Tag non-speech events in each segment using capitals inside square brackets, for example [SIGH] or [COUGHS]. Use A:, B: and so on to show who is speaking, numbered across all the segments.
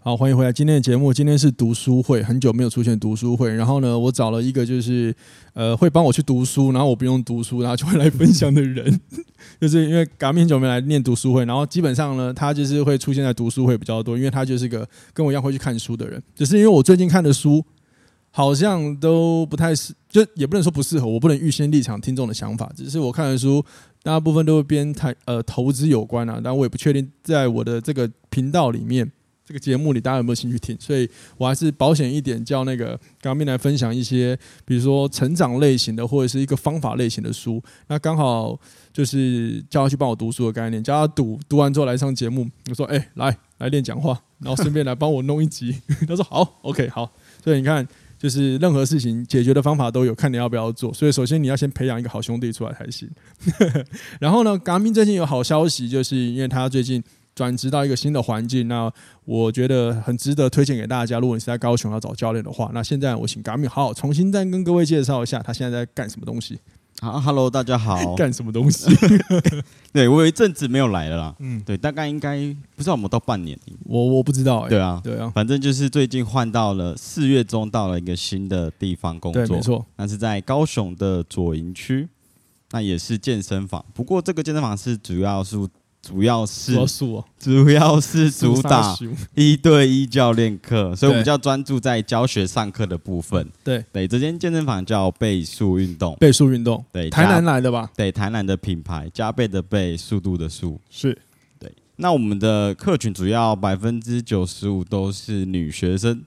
A: 好，欢迎回来。今天的节目，今天是读书会，很久没有出现读书会。然后呢，我找了一个就是呃会帮我去读书，然后我不用读书，然后就会来分享的人， [LAUGHS] 就是因为嘎面很久没来念读书会，然后基本上呢，他就是会出现在读书会比较多，因为他就是个跟我一样会去看书的人。只是因为我最近看的书好像都不太适，就也不能说不适合，我不能预先立场听众的想法，只是我看的书大部分都会偏谈呃投资有关啊，但我也不确定在我的这个频道里面。这个节目里大家有没有兴趣听？所以我还是保险一点，叫那个刚面来分享一些，比如说成长类型的或者是一个方法类型的书。那刚好就是叫他去帮我读书的概念，叫他读，读完之后来上节目。我说：“哎、来来练讲话，然后顺便来帮我弄一集。” [LAUGHS] 他说：“好，OK，好。”所以你看，就是任何事情解决的方法都有，看你要不要做。所以首先你要先培养一个好兄弟出来才行。 [LAUGHS] 然后呢，港明最近有好消息，就是因为他最近转职到一个新的环境，那我觉得很值得推荐给大家。如果你是在高雄要找教练的话，那现在我请港明好好重新再跟各位介绍一下，他现在在干什么东西，
B: 好，Hello，大啊家 [LAUGHS] 好。
A: 干什么东西。
B: 对我有一阵子没有来了啦，
A: 嗯，
B: 对，大概应该不知道有没有到半年。
A: 我我不知道、欸，
B: 对啊，
A: 对啊，
B: 反正就是最近换到了四月中到了一个新的地方工
A: 对，没
B: 作，
A: 错，
B: 那是在高雄的左营区，那也是健身房。不过这个健身房是主要是主要
A: 主要
B: 是
A: 是我
B: 主要是主
A: 是
B: 打
A: 我杀手
B: 一对一教练课，所以我们
A: 对
B: 比较专注在教学上课的部分。
A: 对
B: 对，这间健身房叫倍速运动，
A: 倍速运动，
B: 对，
A: 台
B: 加
A: 南来的吧？
B: 对，台南的品牌，加倍的倍，速度的速。
A: 是
B: 那我们的客群主要百分之九十五都是女学生，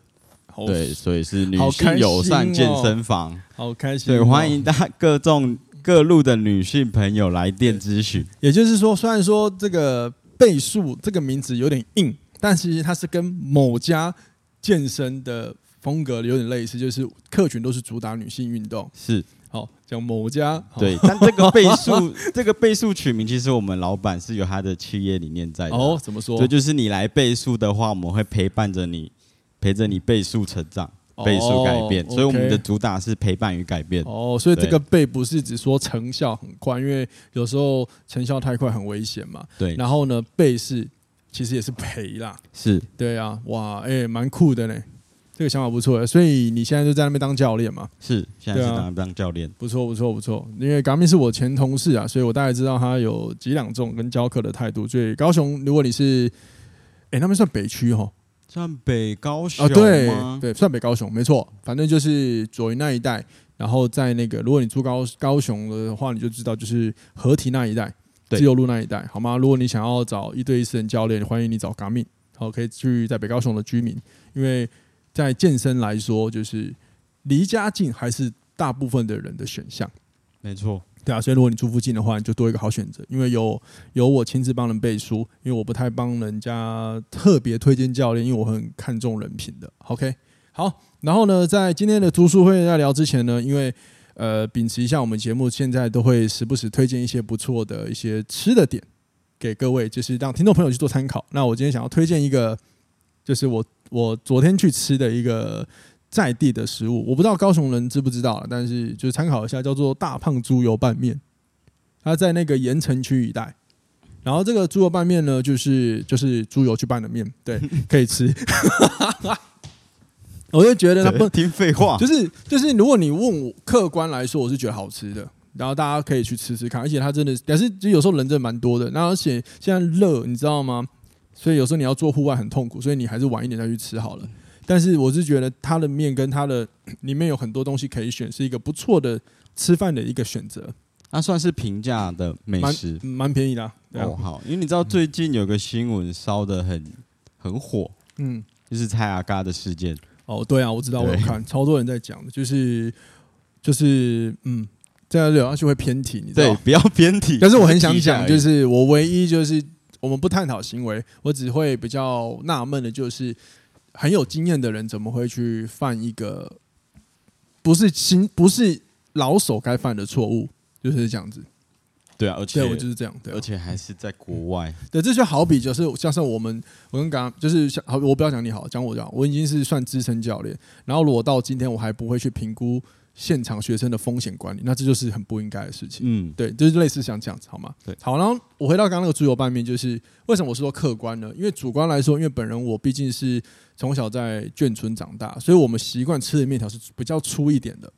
A: 好
B: 对，所以是女
A: 哦好开
B: 性友善健
A: 心哦
B: 身房，
A: 好开心、
B: 对，欢迎。大家各种 [LAUGHS] 各路的女性朋友来电咨询，
A: 也就是说，虽然说这个倍数这个名字有点硬，但其实它是跟某家健身的风格有点类似，就是客群都是主打女性运动。
B: 是
A: 好，讲某家，好
B: 对。但这个倍数， [LAUGHS] 这个倍数取名，其实我们老板是有他的企业理念在的，
A: 哦，怎么说
B: 所以？就是你来倍数的话，我们会陪伴着你，陪着你倍数成长，倍数改变，
A: 哦
B: 所以我们的
A: OK
B: 主打是陪伴与改变。
A: 哦，所以这个倍不是只说成效很快，因为有时候成效太快很危险嘛。
B: 对，
A: 然后呢，倍是其实也是赔啦。
B: 是
A: 对啊，哇，哎、蛮酷的呢，这个想法不错的。所以你现在就在那边当教练嘛？
B: 是，现在
A: 对
B: 是
A: 啊
B: 当当教练。
A: 不错，不错，不错。因为 Gami 是我前同事啊，所以我大概知道他有几两重跟教课的态度。所以高雄，如果你是，哎、那边算北区吼，
B: 算北高雄
A: 啊，对
B: 吗？
A: 对，算北高雄，没错，反正就是左营那一带。然后在那个，如果你住高高雄的话，你就知道就是河堤那一带、
B: 对
A: 自由路那一带，好吗？如果你想要找一对一私人教练，欢迎你找 Gami，好，可以去在北高雄的居民，因为在健身来说，就是离家近还是大部分的人的选项。
B: 没错，
A: 对啊，所以如果你住附近的话，你就多一个好选择，因为有有我亲自帮人背书，因为我不太帮人家特别推荐教练，因为我很看重人品的。OK，好，然后呢，在今天的读书会在聊之前呢，因为呃，秉持一下我们节目现在都会时不时推荐一些不错的一些吃的点给各位，就是让听众朋友去做参考。那我今天想要推荐一个，就是我我昨天去吃的一个在地的食物，我不知道高雄人知不知道啊，但是就参考一下，叫做大胖猪油拌面。它在那个盐城区一带，然后这个猪油拌面呢，就是就是猪油去拌的面，对，可以吃。 [LAUGHS] 我就觉得它不
B: 听废话，
A: 就是就是，如果你问我客观来说，我是觉得好吃的，然后大家可以去吃吃看，而且它真的，但是就有时候人真的蛮多的，那而且现在热，你知道吗？所以有时候你要做户外很痛苦，所以你还是晚一点再去吃好
B: 嗯
A: 了。但是我是觉得它的面跟它的 [CLEARS THROAT] 里面有很多东西可以选，是一个不错的吃饭的一个选择，
B: 那算是平价的美
A: 蛮
B: 食
A: 蛮便宜的啊、对啊
B: 哦。好，因为你知道最近有个新闻烧的很很火，
A: 嗯，
B: 就是蔡阿嘎的事件。
A: 哦，对啊，我知道，我有
B: 对
A: 看，超多人在讲的，就是就是嗯，这样聊下去会偏题，你知道
B: 对
A: 吗，？
B: 不要偏题。
A: 但是我很想讲，就是是我唯一就是我们不探讨行为，我只会比较纳闷的就是，很有经验的人怎么会去犯一个不是新不是老手该犯的错误？就是这样子，
B: 对啊，而且
A: 对我就是这样，对啊、
B: 而且还是在国外，
A: 对，这就好比就是像是我们，我跟刚就是像好，我不要讲你好，讲我就好，我已经是算资深教练，然后裸到今天我还不会去评估现场学生的风险管理，那这就是很不应该的事情。
B: 嗯，
A: 对，就是类似像这样子，好吗？
B: 对
A: 好，然后我回到刚刚那个猪油拌面，就是为什么我是说客观呢？因为主观来说，因为本人我毕竟是从小在眷村长大，所以我们习惯吃的面条是比较粗一点的，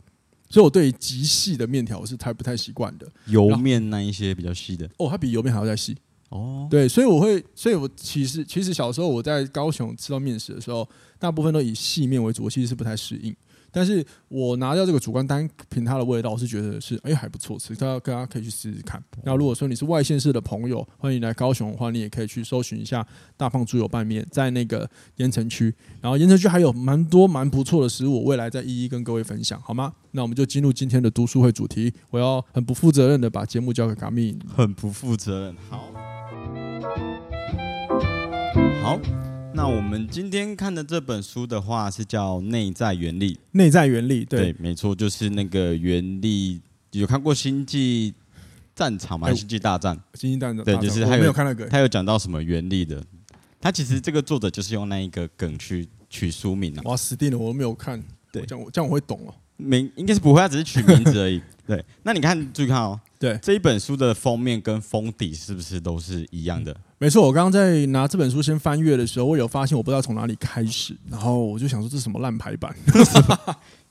A: 所以我对于极细的面条我是太不太习惯的。
B: 油面那一些比较细的
A: 哦，它比油面还要再细。
B: 哦，
A: 对，所以我会，所以我其实其实小时候我在高雄吃到面食的时候，大部分都以细面为主，我其实是不太适应。但是我拿掉这个主观单凭它的味道，我是觉得是哎还不错吃，大家大家可以去试试看。那如果说你是外县市的朋友，欢迎来高雄的话，你也可以去搜寻一下大胖猪油拌面，在那个盐城区。然后盐城区还有蛮多蛮不错的食物，我未来再一一跟各位分享，好吗？那我们就进入今天的读书会主题，我要很不负责任的把节目交给卡米。
B: 很不负责任。好，好，那我们今天看的这本书的话是叫《内在原理》，
A: 内在原理，对，
B: 没错，就是那个原力。有看过《星际战场》吗？
A: 哎
B: 《星际大战》
A: 星星蛋的
B: 对
A: 大战
B: 就是
A: 我
B: 还有
A: 没有看那个，
B: 他有讲到什么原力的？他其实这个作者就是用那一个梗去取书名啊，
A: 哇死定了，我没有看，
B: 对
A: 这样我这样我会懂哦，
B: 名应该是不会，他只是取名字
A: [LAUGHS]
B: 而已。对，那你看，注意看哦，
A: 对
B: 这一本书的封面跟封底是不是都是一样的？
A: 没错，我刚刚在拿这本书先翻阅的时候，我有发现我不知道从哪里开始，然后我就想说这是什么烂排
B: [LAUGHS]
A: 版，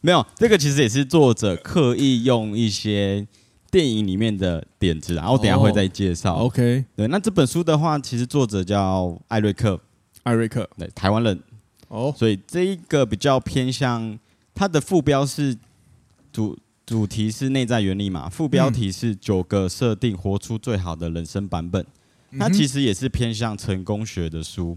B: 没有，这个其实也是作者刻意用一些电影里面的点子啊，然后等
A: 哦
B: 一下会再介绍。
A: 好，OK，
B: 对，那这本书的话，其实作者叫艾瑞克，
A: 艾瑞克，
B: 对，台湾人，
A: 哦，
B: 所以这一个比较偏向它的副标是主主题是内在原理嘛，副标题是九个设定活出最好的人生版本。它其
A: 实
B: 实也是偏向成功学的书，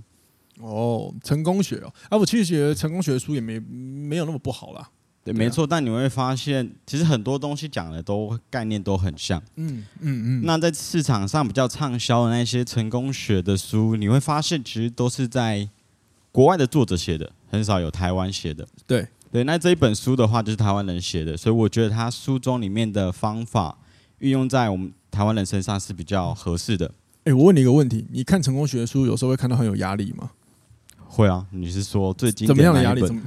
A: 哦，成功学哦，啊，我其实觉得成功学的书也没没有那么不好啦，
B: 对，
A: 对啊
B: 没错。但你会发现，其实很多东西讲的都概念都很像。
A: 嗯嗯嗯，
B: 那在市场上比较畅销的那些成功学的书，你会发现其实都是在国外的作者写的，很少有台湾写的。
A: 对
B: 对，那这一本书的话就是台湾人写的，所以我觉得他书中里面的方法运用在我们台湾人身上是比较合适的。
A: 哎，我问你一个问题，你看成功学的书有时候会看到很有压力吗？
B: 会啊，你是说最经
A: 怎
B: 典
A: 么样的
B: 那一
A: 压力？
B: 本
A: 怎么？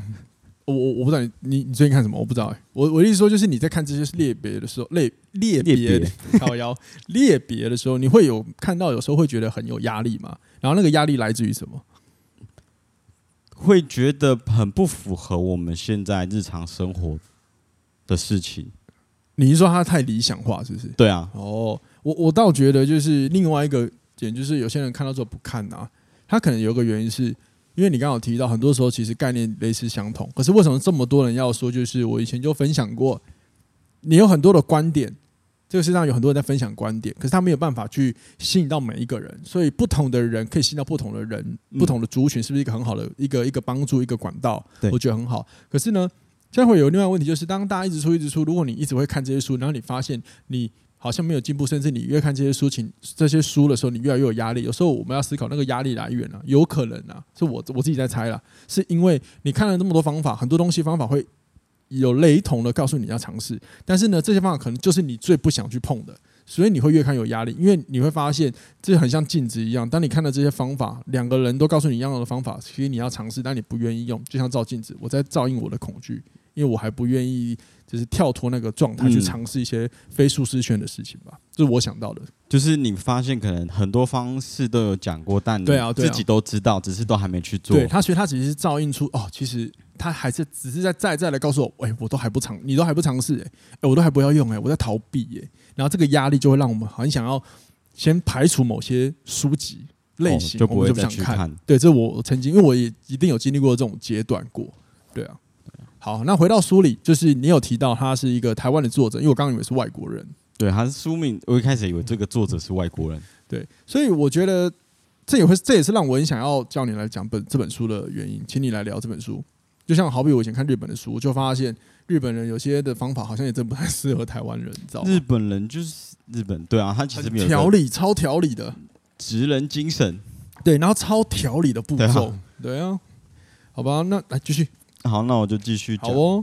A: 我我我不知道你你你最近看什么？我不知道哎、我我的意思说就是你在看这些类别的时候，类列别
B: 列
A: 的靠腰 [LAUGHS] 列别的时候，你会有看到有时候会觉得很有压力嘛？然后那个压力来自于什么？
B: 会觉得很不符合我们现在日常生活的事情？
A: 你是说它太理想化是不是？
B: 对啊，
A: 哦，我我倒觉得就是另外一个点，就是有些人看到之后不看啊，他可能有一个原因是。因为你刚好提到，很多时候其实概念类似相同，可是为什么这么多人要说？就是我以前就分享过，你有很多的观点，这个世界上有很多人在分享观点，可是他没有办法去吸引到每一个人，所以不同的人可以吸引到不同的人，
B: 嗯
A: 不同的族群，是不是一个很好的一个一个帮助，一个管道？
B: 对
A: 我觉得很好。可是呢，现在会有另外一个问题，就是当大家一直出一直出，如果你一直会看这些书，然后你发现你好像没有进步，甚至你越看这些书情这些书的时候，你越来越有压力。有时候我们要思考那个压力来源啊，有可能啊，是我我自己在猜啦，是因为你看了这么多方法，很多东西方法会有雷同的告诉你要尝试，但是呢，这些方法可能就是你最不想去碰的。所以你会越看有压力，因为你会发现这很像镜子一样。当你看到这些方法，两个人都告诉你一样的方法，其实你要尝试，但你不愿意用，就像照镜子，我在照应我的恐惧，因为我还不愿意就是跳脱那个状态
B: 嗯
A: 去尝试一些非舒适圈的事情吧。这是我想到的。
B: 就是你发现可能很多方式都有讲过，但你
A: 对啊对啊
B: 自己都知道，只是都还没去做
A: 对。他，所以他只是照应出哦，其实他还是只是在在在的告诉我，哎、我都还不尝，你都还不尝试，哎、哎我都还不要用，哎、我在逃避，哎、然后这个压力就会让我们很想要先排除某些书籍类型，
B: 哦就不
A: 我们
B: 会
A: 就不
B: 再
A: 想
B: 去
A: 看。
B: 看
A: 对，这我曾经，因为我也一定有经历过这种阶段过，对啊。好，那回到书里，就是你有提到他是一个台湾的作者，因为我刚刚以为是外国人，
B: 对，他是书名，我一开始以为这个作者是外国人。
A: 对，所以我觉得这也会，这也是让我很想要叫你来讲本这本书的原因，请你来聊这本书。就像好比我以前看日本的书，就发现日本人有些的方法好像也真不太适合台湾人，你知道
B: 日
A: 吗？
B: 本人就是日本，对啊，他其实
A: 哦很
B: 没有
A: 条
B: 一个
A: 理，超条理的，
B: 职人精神。
A: 对，然后超条理的步
B: 对啊
A: 骤，对啊。好吧，那来继续，
B: 好，那我就继续
A: 好
B: 讲。
A: 哦，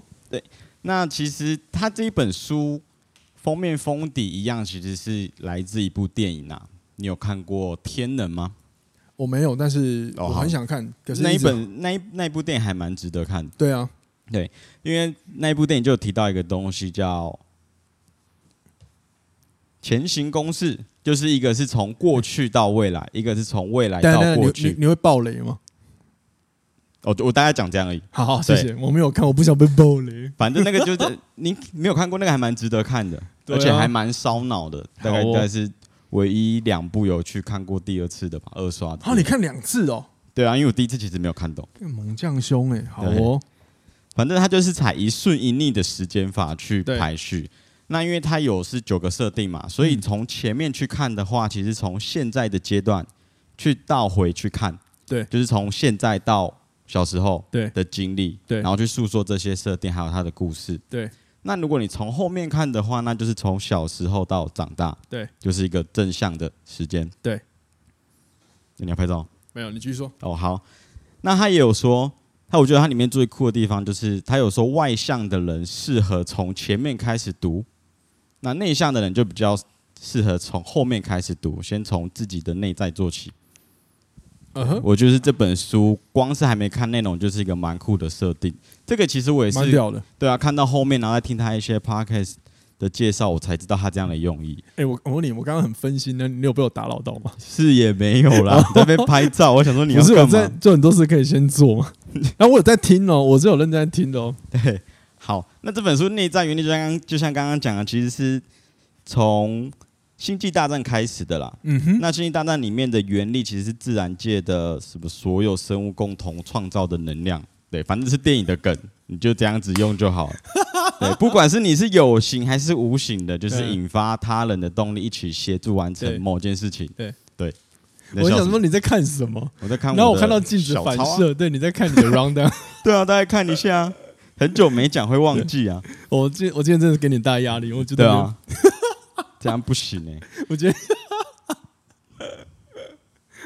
B: 那其实他这一本书封面封底一样，其实是来自一部电影啊。你有看过《天能》吗？
A: 我没有，但是
B: 哦
A: 我
B: 好
A: 很想看，可是
B: 那一
A: 直
B: 本那一那一部电影还蛮值得看的，
A: 对啊，
B: 因为那一部电影就有提到一个东西叫前行公式，就是一个是从过去到未来，一个是从未来
A: 但
B: 到
A: 但你
B: 过
A: 你
B: 去。
A: 你会爆雷吗？
B: 哦，我大概讲这样而已。
A: 好好，谢
B: 对
A: 谢，我没有看，我不想被爆雷。
B: 反正那个就是你没有看过，那个还蛮值得看的，
A: 对啊
B: 而且还蛮烧脑的，大概
A: 好哦
B: 大概是唯一两部有去看过第二次的吧，二刷的。
A: 好，你看两次哦，
B: 对啊，因为我第一次其实没有看懂。
A: 干猛将兄哎，好哦，
B: 反正它就是采一顺一逆的时间法去排序。那因为它有是九个设定嘛，所
A: 嗯
B: 以从前面去看的话，其实从现在的阶段去倒回去看，
A: 对
B: 就是从现在到小时候
A: 对
B: 的经历，
A: 对
B: 然后去诉说这些设定还有它的故事，
A: 对。
B: 那如果你从后面看的话，那就是从小时候到长大，
A: 对，
B: 就是一个正向的时间，
A: 对。
B: 你要拍照吗
A: 没有，你继续说。
B: 哦，好，那他也有说，他我觉得他里面最酷的地方就是他有说外向的人适合从前面开始读，那内向的人就比较适合从后面开始读，先从自己的内在做起。
A: 嗯哼，
B: 我觉得这本书光是还没看内容就是一个蛮酷的设定，这个其实我也
A: 蛮
B: 是
A: 屌的。
B: 对啊，看到后面然后再听他一些 podcast 的介绍，我才知道他这样的用意
A: 哎，我我问你，我刚刚很分心，那你有被我打扰到吗？
B: 是也没有
A: [LAUGHS]
B: 啦，在那边拍照，我想说你
A: 不
B: 要
A: 是，啊我
B: 干
A: 在
B: 嘛？
A: 做很多事可以先做
B: [LAUGHS]
A: 嘛。然后我有在听哦，我是有认真在听的哦。
B: 对，好，那这本书内在原理就像刚就像刚刚讲的，其实是从《星际大战》开始的啦。
A: 嗯哼，
B: 那《星际大战》里面的原力其实是自然界的什么所有生物共同创造的能量，对，反正是电影的梗，你就这样子用就好了。对，不管是你是有形还是无形的，就是
A: 嗯
B: 引发他人的动力，一起协助完
A: 对
B: 成某件事情。
A: 对
B: 对，你在
A: 我
B: 笑
A: 想
B: 什
A: 说
B: 么，
A: 你在看什么？
B: 我在看
A: 然后我
B: 的
A: 看到镜子
B: 小
A: 反
B: 抄啊，
A: 射，对你在看你的 round down。
B: 对啊，大家看一下，很久没讲会忘记啊。
A: [LAUGHS] 我今我今天真的是给你很大压力，我觉得
B: 对啊， [LAUGHS] 这样不行
A: [LAUGHS]
B: 哎、
A: 没有，我觉得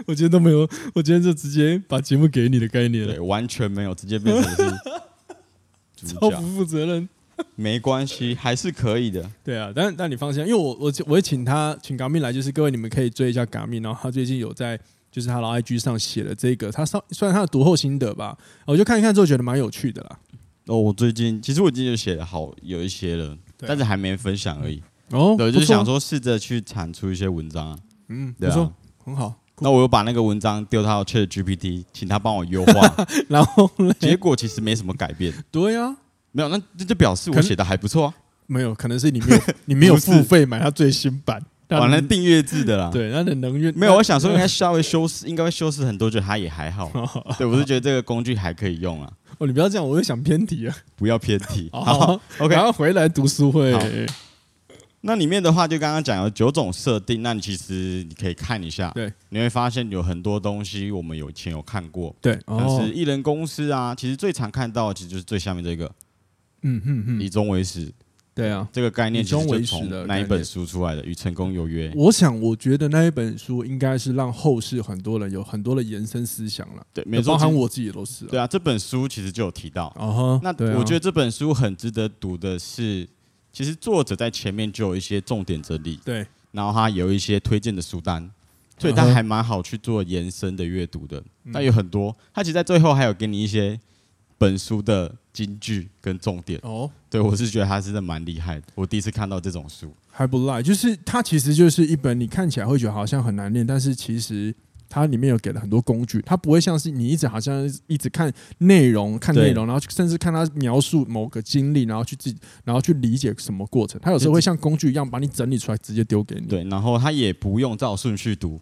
A: 我今天都没有，我今天就直接把节目给你的概念了
B: 对，，完全没有，直接变
A: [LAUGHS]
B: 成是
A: 超
B: 主角
A: 不，负责任。
B: 没关系，还是可以的。
A: 对啊，但但你放心，因为我我我会请他请嘎密来，就是各位你们可以追一下嘎密，然后他最近有在就是他的 IG 上写了这个，他上算他的读后心得吧，我就看一看之后觉得蛮有趣的啦。
B: 哦，我最近其实我已经有写了好有一些了，
A: 对啊
B: 但是还没分享而已。
A: 哦，
B: 对，就是
A: 不错
B: 想，说试着去产出一些文章啊。
A: 嗯，不
B: 对
A: 错，
B: 啊，
A: 很好。 [LAUGHS]
B: 那我又把那个文章丢到 Chat GPT，请他帮我优
A: [LAUGHS]
B: 化，
A: 然后嘞，
B: 结果其实没什么改变。
A: 对啊，
B: 没有，那这就表示
A: 可
B: 我
A: 能
B: 写的还不错啊。
A: 没有，可能是你
B: [LAUGHS]
A: 没有你没有
B: 不是
A: 付费买他最新版，
B: 完了
A: 了，
B: 哦订阅制的啦。，
A: 嗯对，他的能源
B: 没有，我想说应该稍微修饰，应该会修饰很多，觉得它也
A: [LAUGHS]
B: 还好。
A: 哦，
B: 对，我是觉得这个工具还可以用啊，
A: 你不要这样，我又想偏题了。
B: 不要偏题。
A: [LAUGHS] 好
B: ，OK
A: 然。后回来读书会
B: 好，那里面的话，就刚刚讲有九种设定，那你其实你可以看一下，
A: 对，
B: 你会发现有很多东西我们有以前有看过，
A: 对，
B: 但
A: 哦
B: 是，艺人公司啊，其实最常看到的其实就是最下面这个
A: 嗯嗯
B: 以
A: 嗯，
B: 终为始
A: 对啊，
B: 这个概念，
A: 以终为始
B: 其实就
A: 的
B: 从那一
A: 概念
B: 本书出来的《与成功有约》。
A: 我想，我觉得那一本书应该是让后世很多人有很多的延伸思想了，
B: 对，没错，
A: 包含
B: 其实
A: 我自己都是、啊。
B: 对啊，这本书其实就有提到。
A: 哦哈，
B: 那
A: 对啊
B: 我觉得这本书很值得读的是，其实作者在前面就有一些重点整理，
A: 对，
B: 然后他有一些推荐的书单，所以
A: 嗯
B: 他
A: 哼
B: 还蛮好去做延伸的阅读的。
A: 嗯
B: 但有很多，他其实在最后还有给你一些本书的金句跟重点。
A: 哦，
B: 对我是觉得他真的蛮厉害的，我第一次看到这种书。
A: 还不赖，就是它其实就是一本你看起来会觉得好像很难念，但是其实它里面有给了很多工具，它不会像是你一直好像一直看内容、看内容，然后甚至看它描述某个经历，然后去自己，然后去理解什么过程。它有时候会像工具一样把你整理出来，直接丢给你。
B: 对，然后他也不用照顺序读。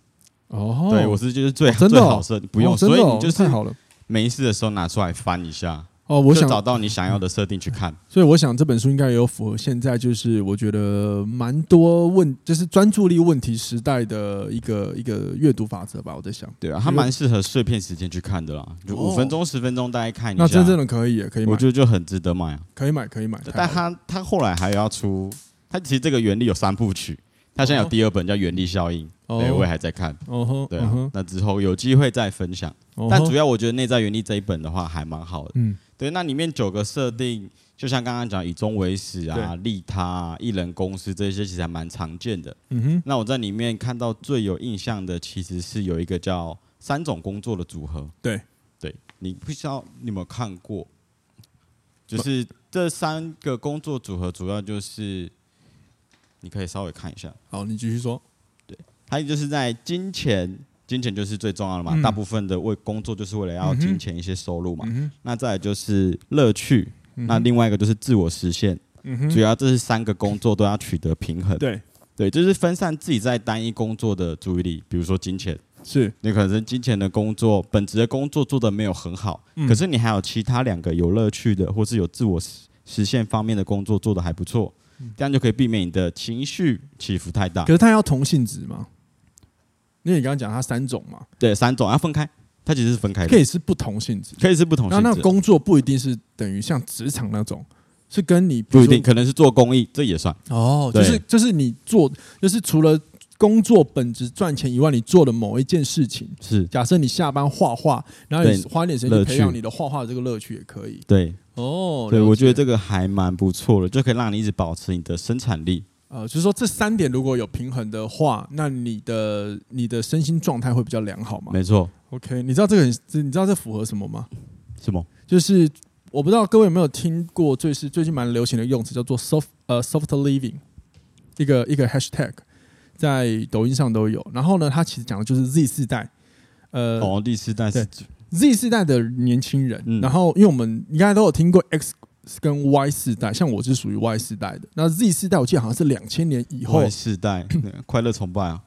A: 哦，
B: 对我是就是最、
A: 真的
B: 最
A: 哦
B: 好是不用，
A: 哦真的
B: 所以
A: 哦
B: 你就
A: 太
B: 是
A: 好了。
B: 没事的时候拿出来翻一下，
A: 哦，我
B: 就
A: 想
B: 找到你想要的设定去看。
A: 所以我想这本书应该也有符合现在就是我觉得蛮多问，就是专注力问题时代的一个一个阅读法则吧。我在想，
B: 对啊，它蛮适合碎片时间去看的啦，就
A: 哦
B: 五分钟、十分钟大概看一下。
A: 那真正的可以耶，可以买
B: 我，觉得就很值得买啊。
A: 可以买，可以买。太
B: 但
A: 好了
B: 他他后来还要出，他其实这个原理有三部曲，他现在有第二本叫《原力效应》，对，我也还在看。
A: 哦吼，
B: 对
A: 嗯
B: 啊
A: 哼，
B: 那之后有机会再分享。
A: 哦吼
B: 但主要我觉得《内在原力》这一本的话还蛮好的。
A: 嗯
B: 对，那里面九个设定，就像刚刚讲以终为始啊、利他、啊、艺人公司这些，其实还蛮常见的。
A: 嗯哼，
B: 那我在里面看到最有印象的，其实是有一个叫三种工作的组合。
A: 对，
B: 对你不知道你有没有看过？就是这三个工作组合，主要就是你可以稍微看一下，
A: 好，你继续说。
B: 还有就是在金钱，金钱就是最重要的嘛，
A: 嗯
B: 大部分的为工作就是为了要
A: 嗯哼
B: 金钱一些收入嘛。
A: 嗯
B: 那再来就是乐趣，
A: 哼，
B: 那另外一个就是自我实现，
A: 嗯哼，
B: 主要这是三个工作都要取得平衡。
A: 对
B: 对，就是分散自己在单一工作的注意力，比如说金钱，
A: 是，
B: 你可能金钱的工作、本职的工作做的没有很好，
A: 嗯
B: 可是你还有其他两个有乐趣的，或是有自我实实现方面的工作做的还不错，这样就可以避免你的情绪起伏太大
A: 嗯可。是它要同性质吗？因为你刚刚讲它三种嘛，
B: 对，三种要分开，它其实是分开的，
A: 可
B: 可以
A: 以是不同性质。
B: 是哎不同
A: 然后
B: 性
A: 那
B: 质，
A: 工作不一定是等于像职场那种，是跟你比
B: 不
A: 如
B: 一
A: 说
B: 定，可能是做公益，这也算。
A: 哦，就是
B: 对
A: 就是你做，就是除了工作本职赚钱以外，你做的某一件事情。
B: 是
A: 假设你下班画画，然后你
B: 对
A: 花一点时间去
B: 乐
A: 培
B: 趣
A: 养你的画画这个乐趣也可以。
B: 对，
A: 哦，
B: 对，
A: 了
B: 我
A: 解
B: 觉得这个还蛮不错的，就可以让你一直保持你的生产力。
A: 呃，就是说这三点如果有平衡的话，那你的你的身心状态会比较良好嘛
B: 没错，
A: ？OK，你知道这个很，这你知道这符合什么吗？
B: 什么？
A: 就是我不知道各位有没有听过最是最近蛮流行的用词叫做 soft 呃 soft living，一个一个 hashtag 在抖音上都有。然后呢，它其实讲的就是 Z 世代，呃、
B: 哦，第四代是
A: z 世代的年轻人。
B: 嗯
A: 然后因为我们应该都有听过 X 跟 Y 世代，像我是属于 Y 世代的。那 Z 世代我记得好像是两千年以后
B: Y 世
A: [COUGHS]
B: 代快乐崇拜啊！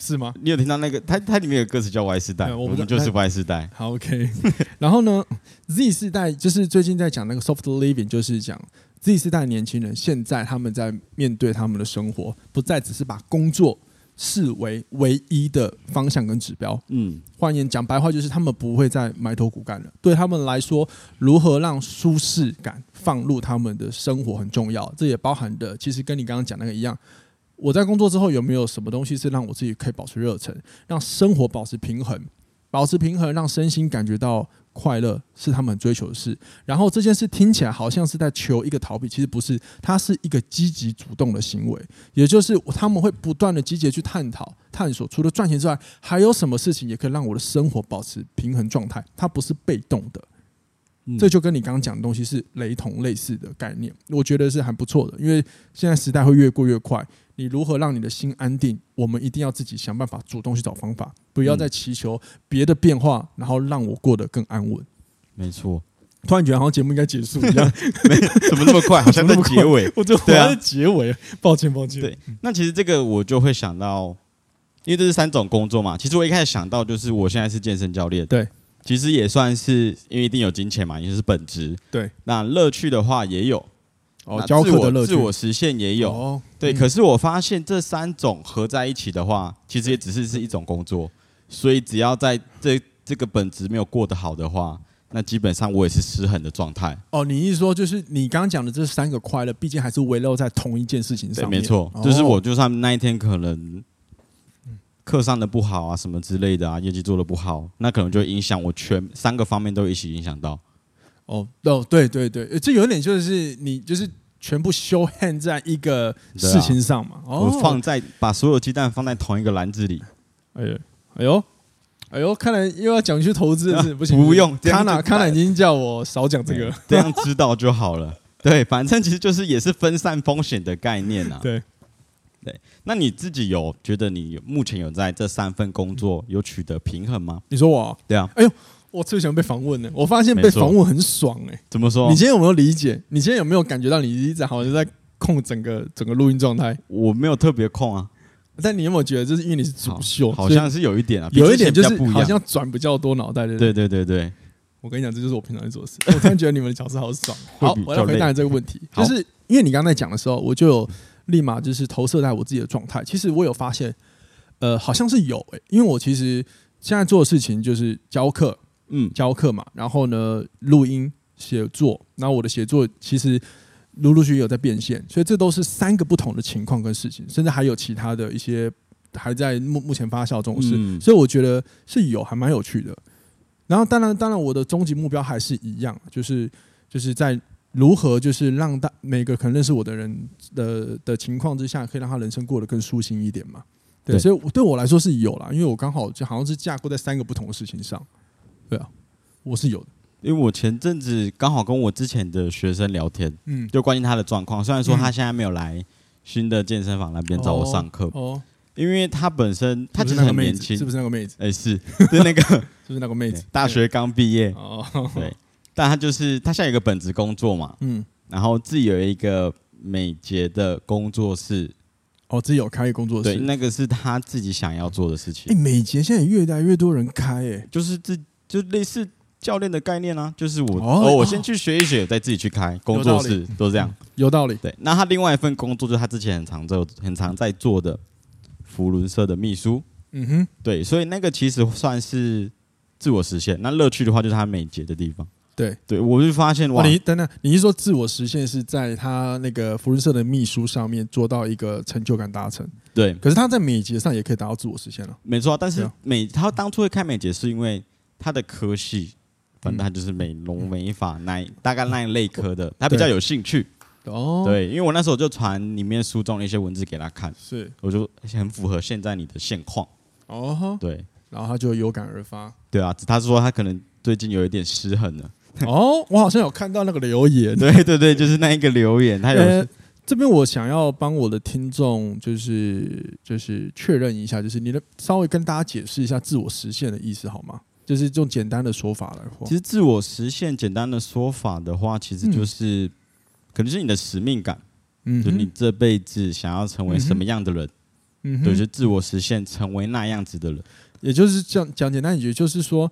A: 是吗？
B: 你有听到那个？它它里面有歌词叫 Y 世
A: 嗯
B: 代，
A: 我
B: 我
A: 不知道
B: 们就是 Y 世代。
A: 好，OK。然 [LAUGHS] 后呢，Z 世代就是最近在讲那个 soft living，就是讲 Z 世代的年轻人现在他们在面对他们的生活，不再只是把工作视为唯一的方向跟指标。
B: 嗯，
A: 换言讲白话，就是他们不会再埋头苦干了。对他们来说，如何让舒适感放入他们的生活很重要。这也包含的，其实跟你刚刚讲那个一样。我在工作之后有没有什么东西是让我自己可以保持热忱，让生活保持平衡，保持平衡，让身心感觉到快乐，是他们很追求的事。然后这件事听起来好像是在求一个逃避，其实不是，它是一个积极主动的行为。也就是他们会不断的积极地去探讨、探索，除了赚钱之外，还有什么事情也可以让我的生活保持平衡状态？它不是被动的，
B: 嗯
A: 这就跟你刚刚讲的东西是雷同类似的概念，我觉得是还不错的。因为现在时代会越过越快，你如何让你的心安定？我们一定要自己想办法，主动去找方法，不要再祈求别的变化，然后让我过得更安稳。
B: 没错。
A: 突然觉得好像节目应该结束一样，
B: 怎么那么
A: [LAUGHS]
B: 快？好像在结尾。
A: 我这
B: 对啊
A: 好像结尾，抱歉抱歉。
B: 对那其实这个我就会想到，因为这是三种工作嘛。其实我一开始想到就是我现在是健身教练，
A: 对，
B: 其实也算是因为一定有金钱嘛，也就是本职。
A: 对，
B: 那乐趣的话也有，
A: 哦
B: 那
A: 教
B: 自
A: 课
B: 我
A: 的乐趣
B: 自我实现也有。
A: 哦
B: 对，
A: 嗯
B: 可是我发现这三种合在一起的话，其实也只是是一种工作，所以只要在这这个本职没有过得好的话，那基本上我也是失衡的状态。
A: 哦，你意思说就是你刚刚讲的这三个快乐，毕竟还是围绕在同一件事情
B: 对，
A: 上面。
B: 没错，
A: 哦
B: 就是我就算那一天可能课上的不好啊，什么之类的啊，业绩做的不好，那可能就会影响我全三个方面都一起影响到。
A: 哦哦，对对对，呃这有点就是你就是全部修 hand 在一个
B: 对啊
A: 事情上嘛。哦，
B: 我放在把所有鸡蛋放在同一个篮子里，
A: 哎呦哎呦哎呦，看来又要讲去投资了
B: [LAUGHS]
A: 是不是不行，啊
B: 不用这
A: 卡
B: 样就
A: 纳卡纳已经叫我少讲这个。
B: 这样知道就好了。对，反正其实就是也是分散风险的概念啊。
A: 对，
B: 那你自己有觉得你有目前有在这三份工
A: 嗯
B: 作有取得平衡吗？
A: 你说我啊，
B: 对啊，
A: 我最喜欢被访问了。我发现被
B: 没错
A: 访问很爽哎、
B: 怎么说
A: 你？今天有没有理解？你今天有没有感觉到你一直好像在控整个整个录音状态？
B: 我没有特别空啊，
A: 但你有没有觉得，就是因为你是主
B: 好
A: 秀，
B: 好
A: 所以
B: 像是有一点啊，
A: 有一
B: 比之
A: 点
B: 前
A: 就
B: 比
A: 是
B: 较不一
A: 好
B: 样。
A: 像转比较多脑袋的。，
B: 对对对对，
A: 我跟你讲，这就是我平常在做的事。我突然觉得你们的角色好爽。好
B: 会，比
A: 我要
B: 较
A: 回答
B: 累
A: 你这个问题，就
B: 好
A: 是因为你刚才讲的时候，我就有立马就是投射在我自己的状态。其实我有发现，呃，好像是有诶、因为我其实现在做的事情就是教课，
B: 嗯，
A: 教课嘛，然后呢，录音、写作。然后我的写作其实陆陆续续有在变现，所以这都是三个不同的情况跟事情，甚至还有其他的一些还在目目前发酵中的事，
B: 嗯
A: 所以我觉得是有还蛮有趣的。然后当然当然我的终极目标还是一样，就是就是在如何就是让大每个可能认识我的人的呃的情况之下，可以让他人生过得更舒心一点嘛。对，
B: 对
A: 所以我对我来说是有啦，因为我刚好就好像是架构在三个不同的事情上，对啊，我是有的，
B: 因为我前阵子刚好跟我之前的学生聊天，
A: 嗯，
B: 就关心他的状况。虽然说他现在没有来新的健身房那边找我上课，
A: 哦，
B: 因为他本身他
A: 是不是
B: 其实
A: 那个
B: 很
A: 妹
B: 年
A: 子，
B: 轻
A: 是，不是那个妹子？
B: 哎、是 [LAUGHS] 是那
A: [LAUGHS]
B: 个？
A: 是不是那个妹子
B: 大学刚毕业，
A: 哦，
B: 对，但他就是他现在有一个本职工作嘛，
A: 嗯，
B: 然后自己有一个美睫的工作室，
A: 哦，自己有开工作室
B: 对，。那个是他自己想要做的事情
A: 哎、，美睫现在也越来越多人开、哎，
B: 就是自就类似教练的概念啊，就是我
A: 哦
B: 哦，我
A: 哦
B: 先去学一学，再自己去开工作室，都这样。
A: 有道理。
B: 对，那他另外一份工作就是他之前很常做、很常在做的福伦社的秘书，
A: 嗯哼，
B: 对，所以那个其实算是自我实现。那乐趣的话就是他美睫的地方，
A: 对。哦
B: 对我就发现哇
A: 哇，，你等等，你是说自我实现是在他那个福伦社的秘书上面做到一个成就感达成？
B: 对，
A: 可是他在美睫上也可以达到自我实现了。
B: 没错啊。但
A: 对
B: 是
A: 啊
B: 美他当初会开美睫是因为他的科系。反正
A: 嗯
B: 他就是美容、美发那一大概那一类科的，他比较有兴趣。
A: 哦，，
B: 嗯对，因为我那时候就传里面书中的一些文字给他看，
A: 是
B: 我就很符合现在你的现况。
A: 哦吼，
B: 对，
A: 然后他就有感而发。
B: 对啊，他说他可能最近有一点失衡了。 [LAUGHS]
A: 哦，我好像有看到那个留言。
B: 对对对，就是那一个留言，他有、
A: 呃，这边我想要帮我的听众，就是就是确认一下，就是你的稍微跟大家解释一下自我实现的意思好吗？就是用简单的说法来说
B: 其，实自我实现简单的说法的话，其实就是、可能是你的使命感，
A: 嗯
B: 就
A: 哼
B: 是你这辈子想要成为什么样的人，
A: 嗯
B: 对，
A: 哼，
B: 就是自我实现成为那样子的人。
A: 也就是讲讲简单一句，就是说，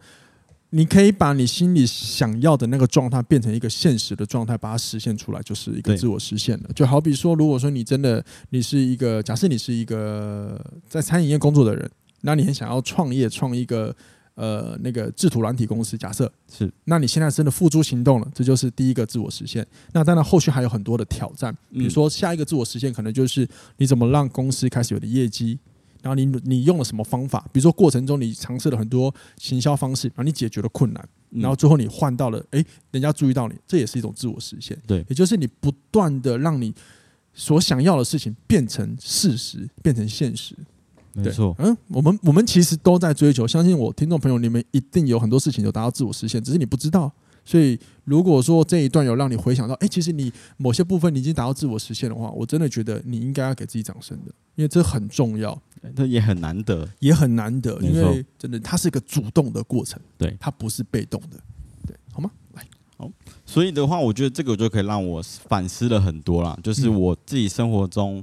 A: 你可以把你心里想要的那个状态变成一个现实的状态，把它实现出来，就是一个
B: 对
A: 自我实现了。就好比说，如果说你真的你是一个，假设你是一个在餐饮业工作的人，那你很想要创业，创一个呃那个制图软体公司，假设
B: 是
A: 那你现在真的付诸行动了，这就是第一个自我实现。那当然，后续还有很多的挑战，
B: 嗯
A: 比如说下一个自我实现可能就是你怎么让公司开始有的业绩，然后你你用了什么方法，比如说过程中你尝试了很多行销方式，然后你解决了困难，
B: 嗯
A: 然后最后你换到了，诶，人家注意到你，这也是一种自我实现。
B: 对
A: 也就是你不断的让你所想要的事情变成事实，变成现实。
B: 没
A: 对
B: 错，
A: 嗯，我们我们其实都在追求，相信我，听众朋友，你们一定有很多事情有达到自我实现，只是你不知道。所以，如果说这一段有让你回想到，哎、其实你某些部分你已经达到自我实现的话，我真的觉得你应该要给自己掌声的，因为这很重要，
B: 这也很难得。
A: 也很难得，
B: 没
A: 因
B: 错
A: 为真的它是一个主动的过程，
B: 对
A: 它不是被动的，对，好吗？来，
B: 所以的话，我觉得这个就可以让我反思了很多啦，就是
A: 嗯
B: 我自己生活中，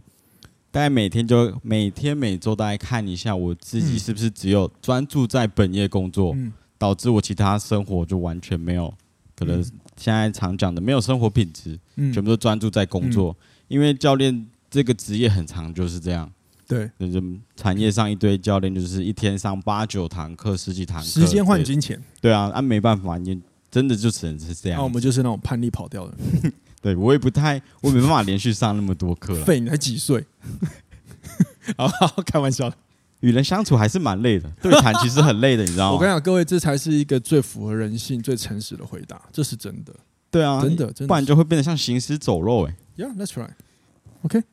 B: 大概每天就每天每周大概看一下我自己
A: 嗯
B: 是不是只有专注在本业工作，
A: 嗯
B: 导致我其他生活就完全没有，可能
A: 嗯
B: 现在常讲的没有生活品质，
A: 嗯
B: 全部都专注在工作，因为教练这个职业很长就是这样。
A: 对，
B: 就是产业上一堆教练，就是一天上八九堂课、十几堂课，
A: 时间换金钱，
B: 对，对啊，啊没办法，你真的就只能是这
A: 那、
B: 样子。
A: 我们就是那种叛逆跑掉的人，
B: 对我也不太，我没办法连续上那么多课
A: [LAUGHS]
B: 了，
A: 废，你才几岁？好好，开玩笑的。
B: 与人相处还是蛮
A: [LAUGHS]
B: 累的，对谈其实很累的，你知道
A: 我
B: 吗
A: 跟？你讲，各位，这才是一个最符合人性、最诚实的回答，这是真的，
B: 对啊，
A: 真，的，真的。
B: 不然就会变得像行尸走肉哎、
A: ，Yeah, that's right。